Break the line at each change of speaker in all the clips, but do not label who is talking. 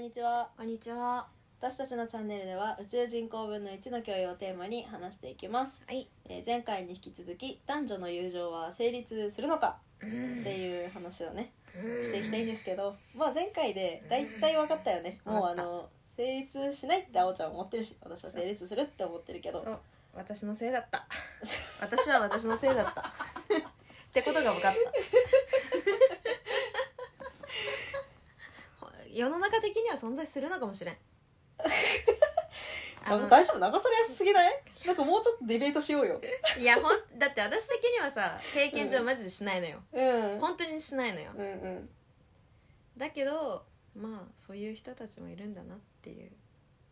にちは
こんにちは。
私たちのチャンネルでは宇宙人口分の1の教養をテーマに話していきます、
はい。
えー前回に引き続き男女の友情は成立するのか
う
っていう話をねし
して
いきたいんですけどまあ前回で大体分かったよね
うん
もうあ
分かった
の成立しないってあおちゃんは思ってるし私は成立するって思ってるけど
そう私のせいだった。私は私のせいだった。ってことが分かった。世の中的には存在するのかもしれん。あ
あ
の
大丈夫流されやすすぎないなんかもうちょっとディベートしようよ
いやほんだって私的にはさ経験
う
上
ん
マジでしないのよ、
うんうん
本当にしないのよ
うん
だけどまあそういう人たちもいるんだなっていう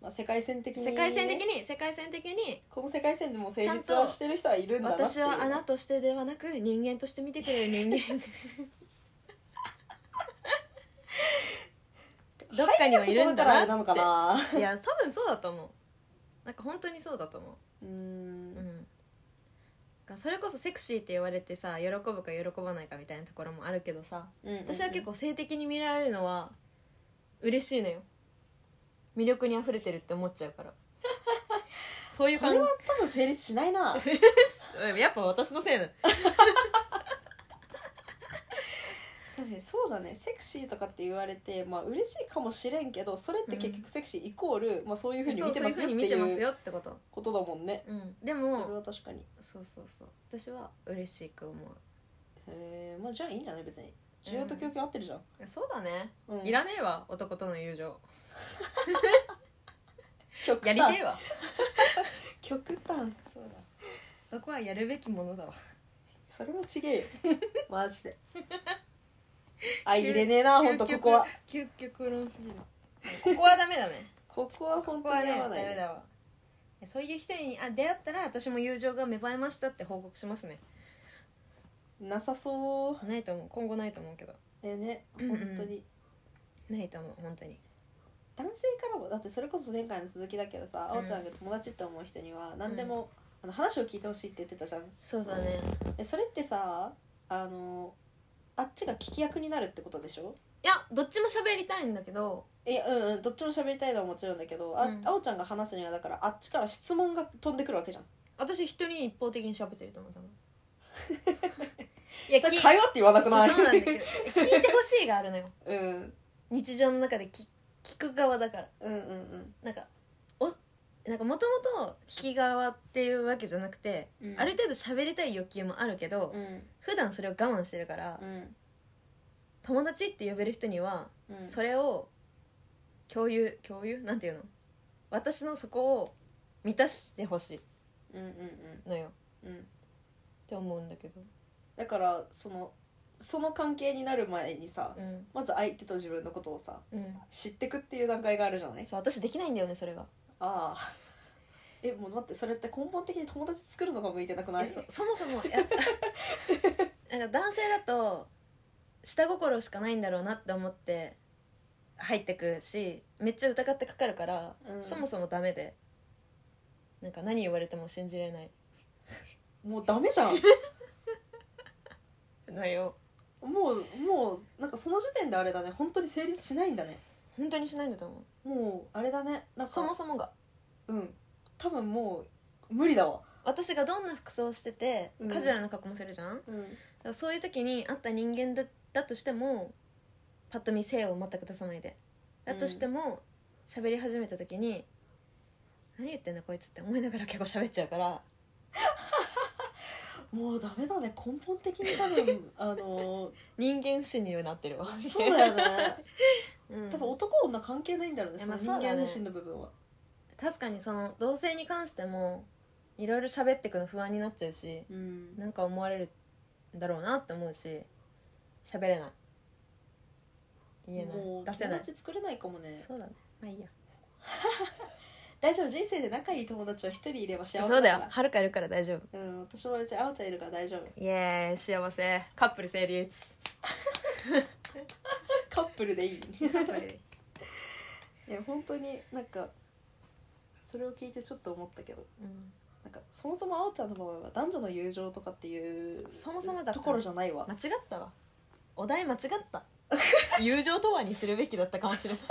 まあ世界線的に
世界線的に世界線的に
この世界線でもう成
ちゃん
立
と
をしてる人はいるんだなっていう
私は穴としてではなく人間として見てくれる 人間どっかにはいるん
入りがそこだか
だなって
らあれなのかない
や多分そうだと思うなんか本当にそうだと思
う
う、
ん
うん、がそれこそセクシーって言われてさ喜ぶか喜ばないかみたいなところもあるけどさ私は結構性的に見られるのは嬉しいのよ魅力に溢れてるって思っちゃう からそういう
そ
感
れは多分成立しない な
じやっぱ私のせいなの
確かにそうだねセクシーとかって言われてまあ嬉しいかもしれんけどそれって結局セクシーイコール、まあ、そういうふうに
そ
見
う
て
そ
ま
ういう
す
ふ
よっ
う
て
に見てま
い
す
う
よってこと
ことだもんね
うんで
そ
も
れは確かに
そうそうそう私は嬉しく思
へえまあじゃあいいんじゃない別に需要と供給合ってるじゃん、
うそうだね、
うん
いらねえわ男との友 情
極
や
端
りてえわ
極端
そうだ男はやるべきものだわ
それもち げえよマジであ入れねえな本当ここは
究極論すぎるここはダメだ ね
ここは本
ここ
当
は
に
ね
合
ダ
わないね
メだわそういう人にあ出会ったら私も友情が芽生えましたって報告しますね
なさそう
ないと思う今後ないと思うけど
えーね
うん
本
うん
当に
ないと思う本当に
男性からもだってそれこそ前回の続きだけどさあおちゃんが友達って思う人には何でも、あの話を聞いてほしいって言ってたじゃん
そうだね
でそれってさあのあっちが聞き役になるってことでしょ
いやどっちも喋りたいんだけど
いやうんうんどっちも喋りたいのはもちろんだけどあ,、
うん
あおちゃんが話すにはだからあっちから質問が飛んでくるわけじゃん
私一人一方的に喋ってると思う 多分いや
それ
き
会話って言わなくない
そうなんだけど聞いてほしいがあるのよ
うん、うん
日常の中でき聞く側だから
うんうん
なんかおなんかもともと聞き側っていうわけじゃなくて、
うん
ある程度喋りたい欲求もあるけど、
うん
普段それを我慢してるから、
うん
友達って呼べる人には、
うん
それを共有共有なんていうの私のそこを満たしてほし
うんうん
いのよ
うんうん
って思うんだけど、
だからそのその関係になる前にさ、
うん
まず相手と自分のことをさ
うん、
知ってくっていう段階があるじゃない
そう私できないんだよねそれが
ああ えもう待ってそれって根本的に友達作るのが向いてなくない
いやそそもそもいや なんか男性だと下心しかないんだろうなって思って入ってくしめっちゃ疑ってかかるから、
うん
そもそもダメでなんか何言われても信じれない
もうダメじ ゃん
のよ
もうもうなんかその時点であれだね本当に成立しないんだね
本当にしないんだと思う
もうあれだねなんか
そもそもが
うん多分もう無理だわ
私がどんな服装をしてて
うん
カジュアルな格好もするじゃん、だ
うん
からそういう時に会った人間だだとしてもパッと見性を全く出さないでだとしても喋、り始めた時に何言ってんだこいつって思いながら結構喋っちゃうから
もうダメだね根本的に多 分あの
人間不信になってるわ
そうだよね
うん
多分男女関係ないんだろうね
いや
その
ま
人
あそうだね
間不信の部分は、
確かにその同性に関してもいろいろ喋ってくの不安になっちゃうし
うん
なんか思われるんだろうなって思うし喋れない言えない
もう
出せ
友
ない
達作れないかもね
そうだねまあいいや
大丈夫人生で仲いい友達は一人いれば幸せだ
そうだ
か
よ
ら
はるかいるから大丈夫
うん私も別にあおちゃんいるから大 丈夫
イエーイ幸せカップル成立
カップル でいい
カップルで
いや本当になんかそれを聞いてちょっと思ったけど
うん
なんかそもそもあおちゃんの場合は男女の友情とかっていう
そもそもだった
ところじゃないわ
間違った わお題間違った友情とはにするべきだったかもしれない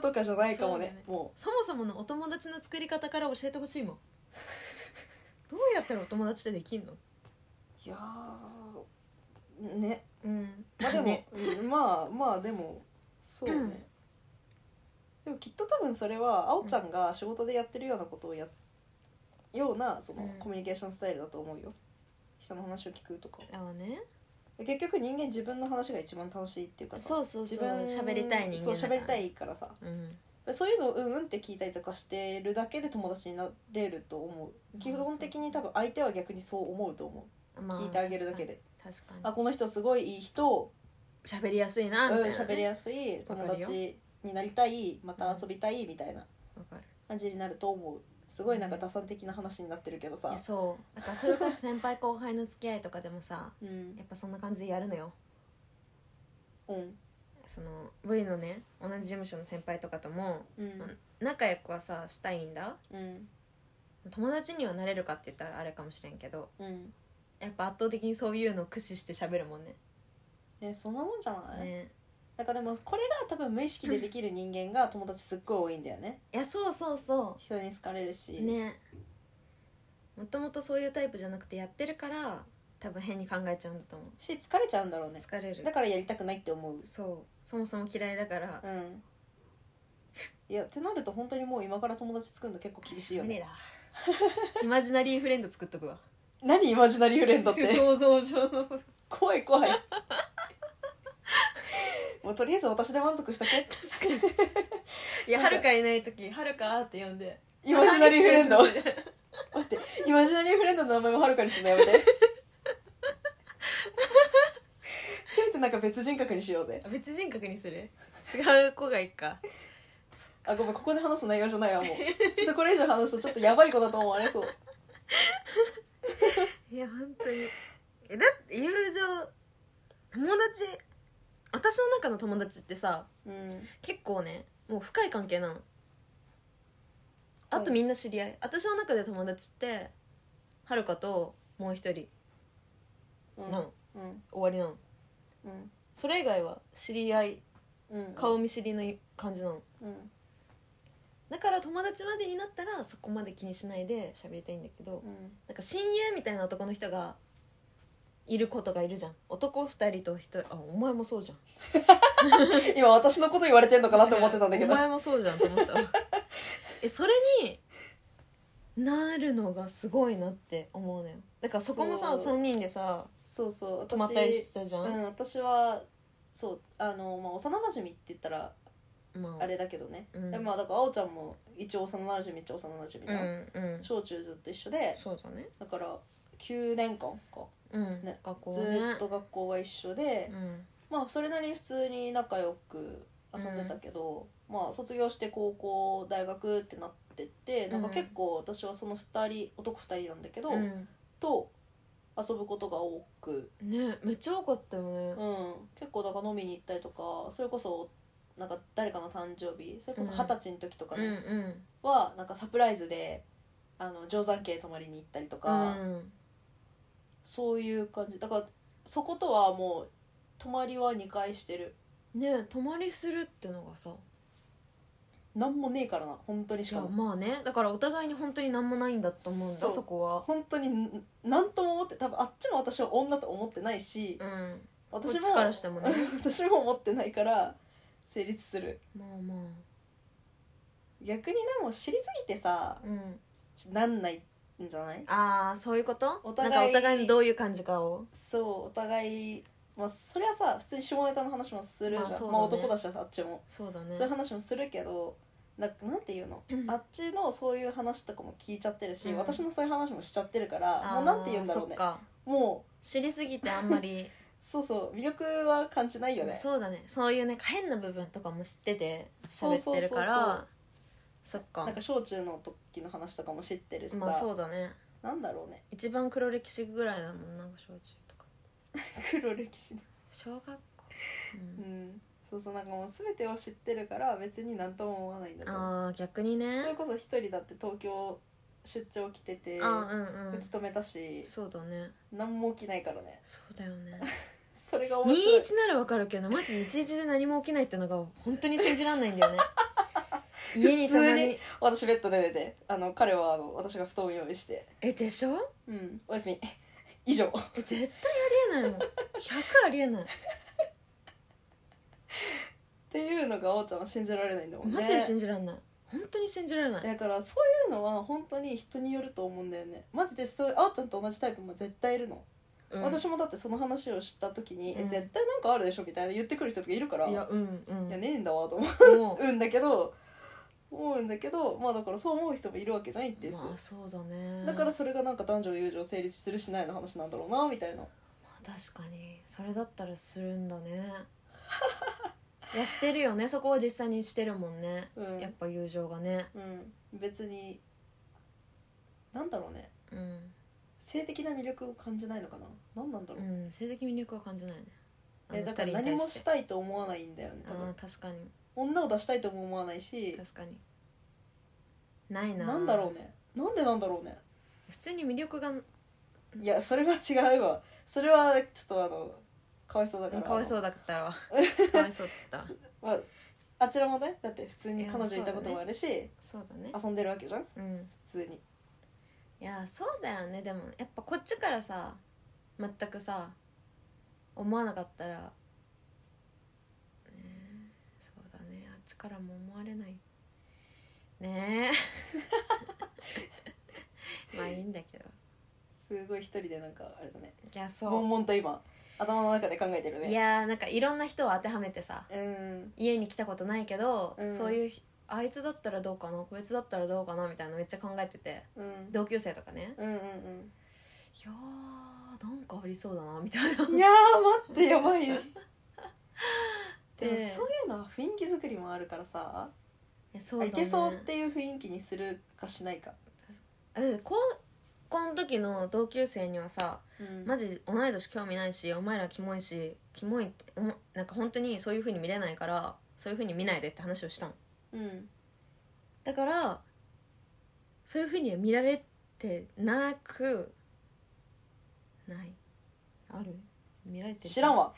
とかじゃないかもね
そうだね
も
そもそものお友達の作り方から教えてほしいもんどうやったらお友達ってできんの
ういやー ね
うん
まあでも、
ね
うんまあまあでもそうね、
うん
でもきっと多分それはあおちゃんが仕事でやってるようなことをやようなその
うん
コミュニケーションスタイルだと思うよ人の話を聞くとか
あのね
結局人間自分の話が一番楽しいっていうかさ
そうそうそう喋りたい人間
そう
だから
喋りたいからさ
うん
そういうのをうんうんって聞いたりとかしてるだけで友達になれると思う基本的に多分相手は逆にそう思うと思う
ま
聞いてあげるだけで
確かに
あこの人すごいいい人
喋りやすいな
うん
みたいな、ね、
喋りやすい
わか
友
るよ
達になりたいまた遊びたいみたいな
わかる
感じになると思うすごいなんか打算的な話になってるけど
い
さ
やそうだからそれこそ先輩後輩の付き合いとかでもさ
うん
やっぱそんな感じでやるのよ
うん
その V のね同じ事務所の先輩とかとも
うん
仲良くはさしたいんだ
うん
友達にはなれるかって言ったらあれかもしれんけど
うん
やっぱ圧倒的にそういうのを駆使して喋るもんね
えそんなもんじゃない、
ね
なんかでもこれが多分無意識でできる人間が友達すっごい多いんだよね
いやそうそうそ
人に好かれるし、
うねもともとそういうタイプじゃなくてやってるから多分変に考えちゃうんだと思う
し疲れちゃうんだろうね
疲れる
だからやりたくないって思う
そうそもそも嫌いだから
うん いやってなると本当にもう今から友達作るの結構厳しいよ
無理
ね
だイマジナリーフレンド作っとくわ
何イマジナリーフレンドって
想像上の確
怖い 怖いもうとりあえず私で満足しとけ
かにいや
な
は
んか
るかいない時「はるか」って呼んで
イマジナリーフ レンド
は
待ってイマジナリーフレンドの名前もはるかにするのやめ てせめてなんか別人格にしようぜ
別人格にする違う子がいいか
あごめんここで話す内容じゃないわもうちょっとこれ以上話すとちょっとやばい子だと思わ れそう
いや本当にえだって友情友達私の中の友達ってさ
うん
結構ねもう深い関係なのあとみんな知り合い、私の中で友達ってはるかともう一人
う
なの、
うん
終わりなの
うん
それ以外は知り合い
うん
顔見知りの感じなの、
うん
だから友達までになったらそこまで気にしないで喋りたいんだけど
うん
なんか親友みたいな男の人がいることがいるじゃん男2人と1人あお前もそうじゃん
今私のこと言われてんのかなって思ってたんだけど
お前もそうじゃんと思った えそれになるのがすごいなって思うのよだからそこもさ
そう
3人でさ
そうそう
泊まったり
私
してたじゃ、
うんん私はそうあのまあ幼馴染って言ったら
ま
あれだけどね、
うん
でまあだからあおちゃんも一応幼馴染っちゃ幼馴染
う
だ、
んうん
小中ずっと一緒で
そうだね
だから9年間か
うん
ね
学校
ず
ね
ーっと学校が一緒で、
うん
まあそれなりに普通に仲良く遊んでたけど、まあ卒業して高校大学ってなってってなんか
うん
結構私はその2人男2人なんだけど、
うん
と遊ぶことが多く、
ねめっちゃ多かったよね
うん、結構だから飲みに行ったりとかそれこそなんか誰かの誕生日それこそ
うん
二十歳の時とか
う
ね
んうん
はなんかサプライズであの定山渓泊まりに行ったりとか、
うん
そういう感じだからそことはもう泊まりは2回してる
ね泊まりするってのがさ
なんもねえからな本当にし
い
か
や
も
まあねだからお互いに本当に何もないんだと思うんだ
そう
そこは
本当にん何とも思って多分あっちも私は女と思ってないし、
うん
私も
こっちからしてもね
私も思ってないから成立する
まあま
逆にでも知りすぎてさ
あうん
なんないんじゃない
ああそういうこと
お互い
なんかお互いにどういう感じかを
そうお互いまあそりゃさ普通に下ネタの話もするじゃん、
まあそうだね
まあ男だしさあっちも
そうだね
そういう話もするけどななんていうの、
うん
あっちのそういう話とかも聞いちゃってるし、
うん
私のそういう話もしちゃってるから
あー
もうなんて言うんだろう
そ
ね
っか
もう
知りすぎてあん まり
そうそう魅力は感じないよね
そうだねそういうなんか変な部分とかも知ってて
そう
喋
そ
っ
う
て
そうそう
るからそっ
なん
か
か小中の時の話とかも知ってるしさ、
まあそうだね
なんだろうね
一番黒歴史ぐらいだもんなんか小中とか
黒歴史の
小学校
う
うん
そうそうなんかもう全てを知ってるから別になんとも思わないんだ
ん
と思う
ああ逆にね
それこそ一人だって東京出張来てて
あ
打
ーうんうん
ち止めたし
そうだね
何も起きないからね
そうだよね
それが面白い
21ならわかるけどマジ11で何も起きないってのが本当に信じらんないんだよね家にたまに
私ベッドで寝てあの彼はあの私が布団を用意して
えでしょ
うんおやすみ 以上
え絶対あり えないもん100ありえない
っていうのがおうちゃんは信じられないんだもんね
マジで信じられない本当に信じられない
だからそういうのは本当に人によると思うんだよねマジでそういうあおちゃんと同じタイプも絶対いるの、
うん
私もだってその話をした時に「
う
え
ん
絶対なんかあるでしょ」みたいな言ってくる人とかいるから「
い
い
や
や
うんうん
ねえんだわ」と思
もう
うんだけど思うんだけどまあだからそう思う人もいるわけじゃない です、
まあそうだね
だからそれがなんか男女の友情成立するしないの話なんだろうなみたいな
まあ確かにそれだったらするんだねいやしてるよねそこは実際にしてるもんね、
うん
やっぱ友情がね
うん別になんだろうね
うん、
性的な魅力を感じないのかな何なんだろう、
うん、性的魅力は感じないねあの
えだから
二人
何
に対
も
て
したいと思わないんだよね多
あ
分
ー確かに
女を出したいとも思わないし
確かにないな
なんだろうねなんでなんだろうね
普通に魅力が
いやそれは違うわそれはちょっとあのかわいそうだから
かわいそううだっ たわかわいそうだった
ま
わ
あ、あちらもねだって普通に彼女いたこともあるし、
そうだね
遊んでるわけじゃん
うん
普通に
いやそうだよねでもやっぱこっちからさ全くさ思わなかったら、ねえそうだねあっちからも思われないね えまあいいんだけど
すごい一人でなんかあれだね
いやそ
悶々と今頭の中で考えてる
う、
ね
いやーなんかいろんな人を当てはめてさ
うん
家に来たことないけど、
うん
そういうひあいつだったらどうかなこいつだったらどうかなみたいなのめっちゃ考えてて
うん
同級生とかね
うんうん
いやーなんかありそうだなみた いな
うんいやー待ってやば いでもそう
で
いうのは雰囲気作りもあるからさ、
いやそうだ、
い
ね、
けそうっていう雰囲気にするかしないか、
うん高校の時の同級生にはさ
うん
マジ同い年興味ないしお前らキモいしキモいっておもなんか本当にそういう風に見れないからそういう風に見ないでって話をしたの
うん
だからそういう風には見られてなくないある見られてる
知らんわ、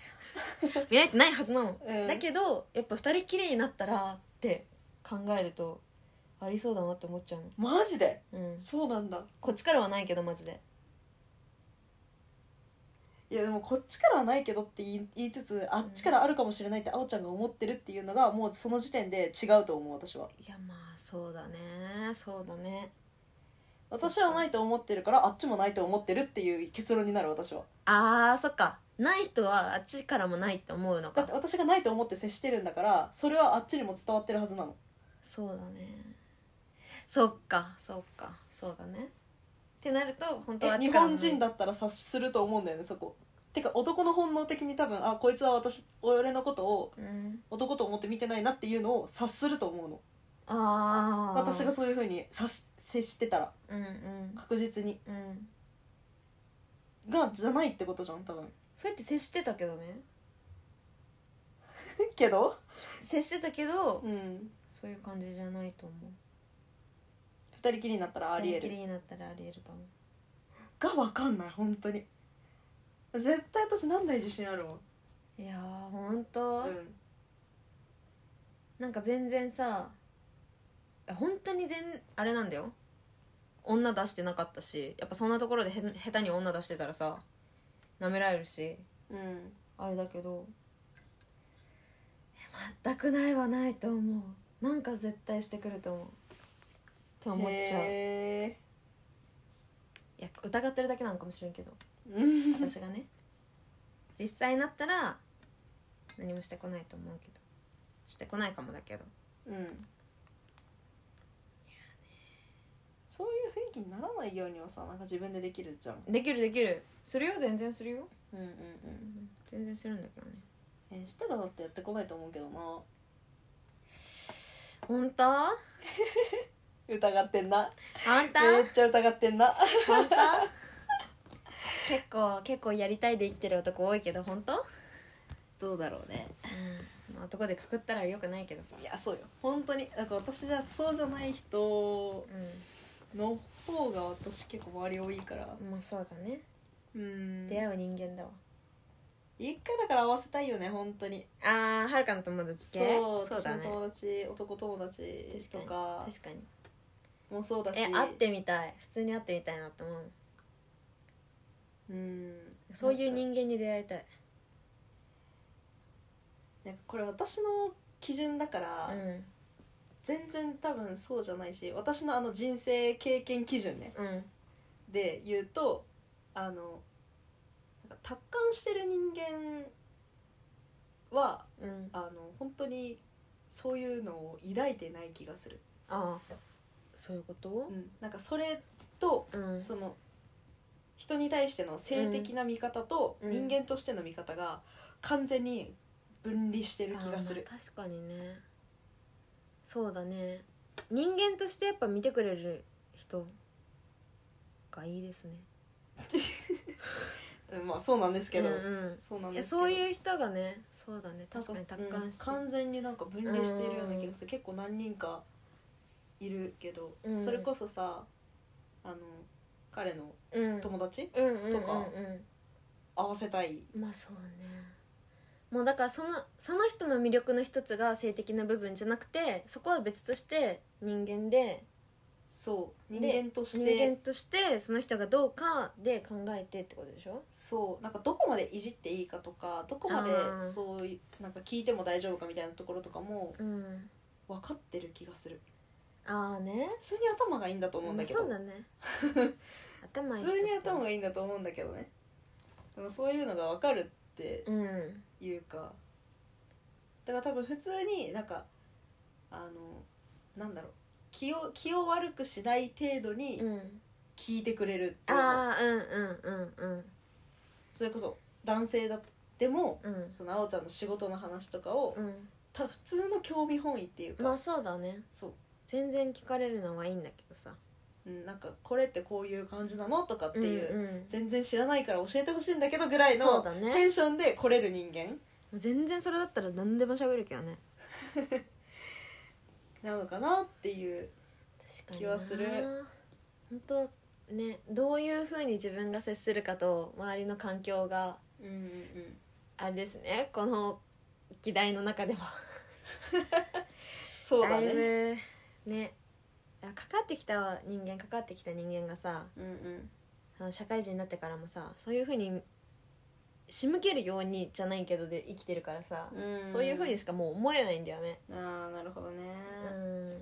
見られてないはずなの、
うん
だけどやっぱ二人きりになったらって考えるとありそうだなって思っちゃう
マジで
のうん
そうなんだ
こっちからはないけどマジで
いやでもこっちからはないけどって言い言いつつあっちからあるかもしれないってあおちゃんが思ってるっていうのがもうその時点で違うと思う私はい
やまあそうだねそうだね
私はないと思ってるからあっちもないと思ってるっていう結論になる私は
あーそっかない人はあっちからもないって思うの
だっ
か
て私がないと思って接してるんだからそれはあっちにも伝わってるはずなの
そうだねそっかそっかそうだねってなると本当はあ
え
っ
日
ちからも
本人だったら察すると思うんだよねそこてか男の本能的に多分あこいつは私俺のことを
うん
男と思って見てないなっていうのを察すると思うの
ああ
私がそういうふうに察し接してたら
うんうん
確実に
うん
がじゃないってことじゃん多分
そうやって接してたけどね
けど
接してたけど
うん
そういう感じじゃないと思う
二人きりになったらありえ
二人き
る
りになったらありえると思う
が分かんない本当に絶対私何台自信あるもん、
いやー本当、
うん、
なんか全然さ本当に全あれなんだよ女出してなかったしやっぱそんなところでへ下手に女出してたらさなめられるし
うん、
あれだけどえ全くないはないと思うなんか絶対してくると思うって思っちゃう
へ
いや疑ってるだけなのかもしれんけど
ーうん
私がね実際になったら何もしてこないと思うけどしてこないかもだけど
うんそういう雰囲気にならないようにはさなんか自分でできるじゃん
できるできるするよ全然するよ
うんうんう
うんん全然するんだけどね
えしたらだってやってこないと思うけどな
本当本
疑ってんな
当
めっちゃ疑ってんな
本当結構結構やりたいで生きてる男多いけど本当
どうだろうね
うんまあ男でくくったらよくないけどさ
いやそうよ本当にだから私じゃそうじゃない人
う
の方が私結構周り多いから
んまあそうだね
うん
出会う人間だわ
い一回だから合わせたいよね本当に
あーはるかの友達系
そう
そう
私
だね
の友達男友達とか
確かに
もそうだし
え会ってみたい普通に会ってみたいなと思う
うん
そうい
なん
う
か
人間に出会いたい
なんかこれ私の基準だから、
うん
全然多分そうじゃないし私のあの人生経験基準ね
うん
で言うとあのなんか達観してる人間は
うん
あの本当にそういうのを抱いてない気がする、
ああそういうこと
うん、なんかそれと
うん
その人に対しての性的な見方と
うん
人間としての見方が完全に分離してる気がする
あ、ーまあ確かにねそうだね人間としてやっぱ見てくれる人がいいですね
うん、まあそうなんですけど、
うんうん
そうなん
い
で
や
すけど
そういう人がねそうだね確かに達
うん
観して、
完全になんか分離しているような気がする結構何人かいるけど、
うん
それこそさあの彼の
うん
友達、
うんうんうんうん
とか合わせたい
まあそうねもうだからそのその人の魅力の一つが性的な部分じゃなくてそこは別として人間で
そう
で
人間とし
人
て
間としてその人がどうかで考えてってことでしょ
そうなんかどこまでいじっていいかとかどこまで
あー
そういうなんか聞いても大丈夫かみたいなところとかも
うん
分かってる気がする
ああね
普通に頭がいいんだと思うんだけど
そうだね 頭いい
普
人
通に頭がいいんだと思うんだけどねでもそういうのが分かるって
うん
いうかだから多分普通になんかあのなんだろう気を気を悪くしない程度に
うん
聞いてくれるっていうの
ああうんうんうん
それこそ男性だっても
うんうん
そのあおちゃんの仕事の話とかを
うん
た普通の興味本位っていうか、
まあそうだね
そ
全然聞かれるのはいいんだけどさ
う、うん、なんかこれってこういう感じなのとかっていう、
うんうん
全然知らないから教えてほしいんだけどぐらい
そう
の
だ
テ
ね
ンションで来れる人間
全然それだったら何でも喋るけどね
なのかなっていう
確かに
気はする
本当ねどういうふうに自分が接するかと周りの環境が
うんうんうん
あれですねこの議題の中では
そうだ
い
ね
ぶねあかかってきた人間かかってきた人間がさ
うんうん
あの社会人になってからもさそういうふうに仕向けるようにじゃないけどで生きてるからさ、
うん
そういうふうにしかもう思えないんだよね
ああなるほどね、
うん
そっ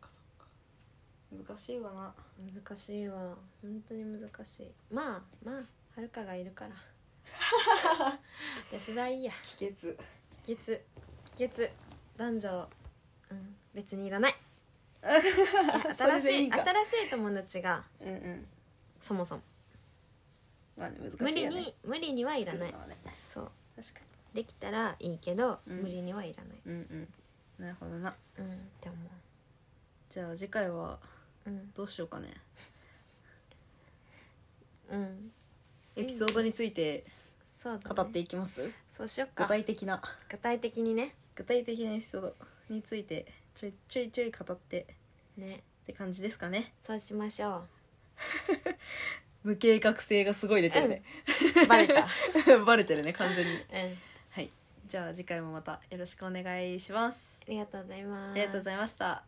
かそっか難しいわな
難しいわ本当に難しいまあまあはるかがいる から私はいいや
帰結
秘訣秘訣男女うん別にいらないいや
それ
新し
で
い
いいか
新しい友達が
うんうん
そもそも
まあね難
無
しい
理
よね
に無理にはいら
作る
ない
のはね
そう
確か
できたらいいけど、
うん
無理にはいらない
にうんうんなるほどな
うんって思
じゃあ次回は
ううん
どうしようかね
うん
エピソードについて
そうだ、ね、
語っていきます、
そうしよっ
具
か
体的な
具体的にね
具体的なエピソードについてちょいちょいちょい語ってっ
ね
て感じですかね
そうしましょ
無計画性がすごい出てるね、
うバレた
バレてるね完全に
うんあ
はいじゃあ次回もまたよろしくお願いします
りがとうございます
ありがとうございました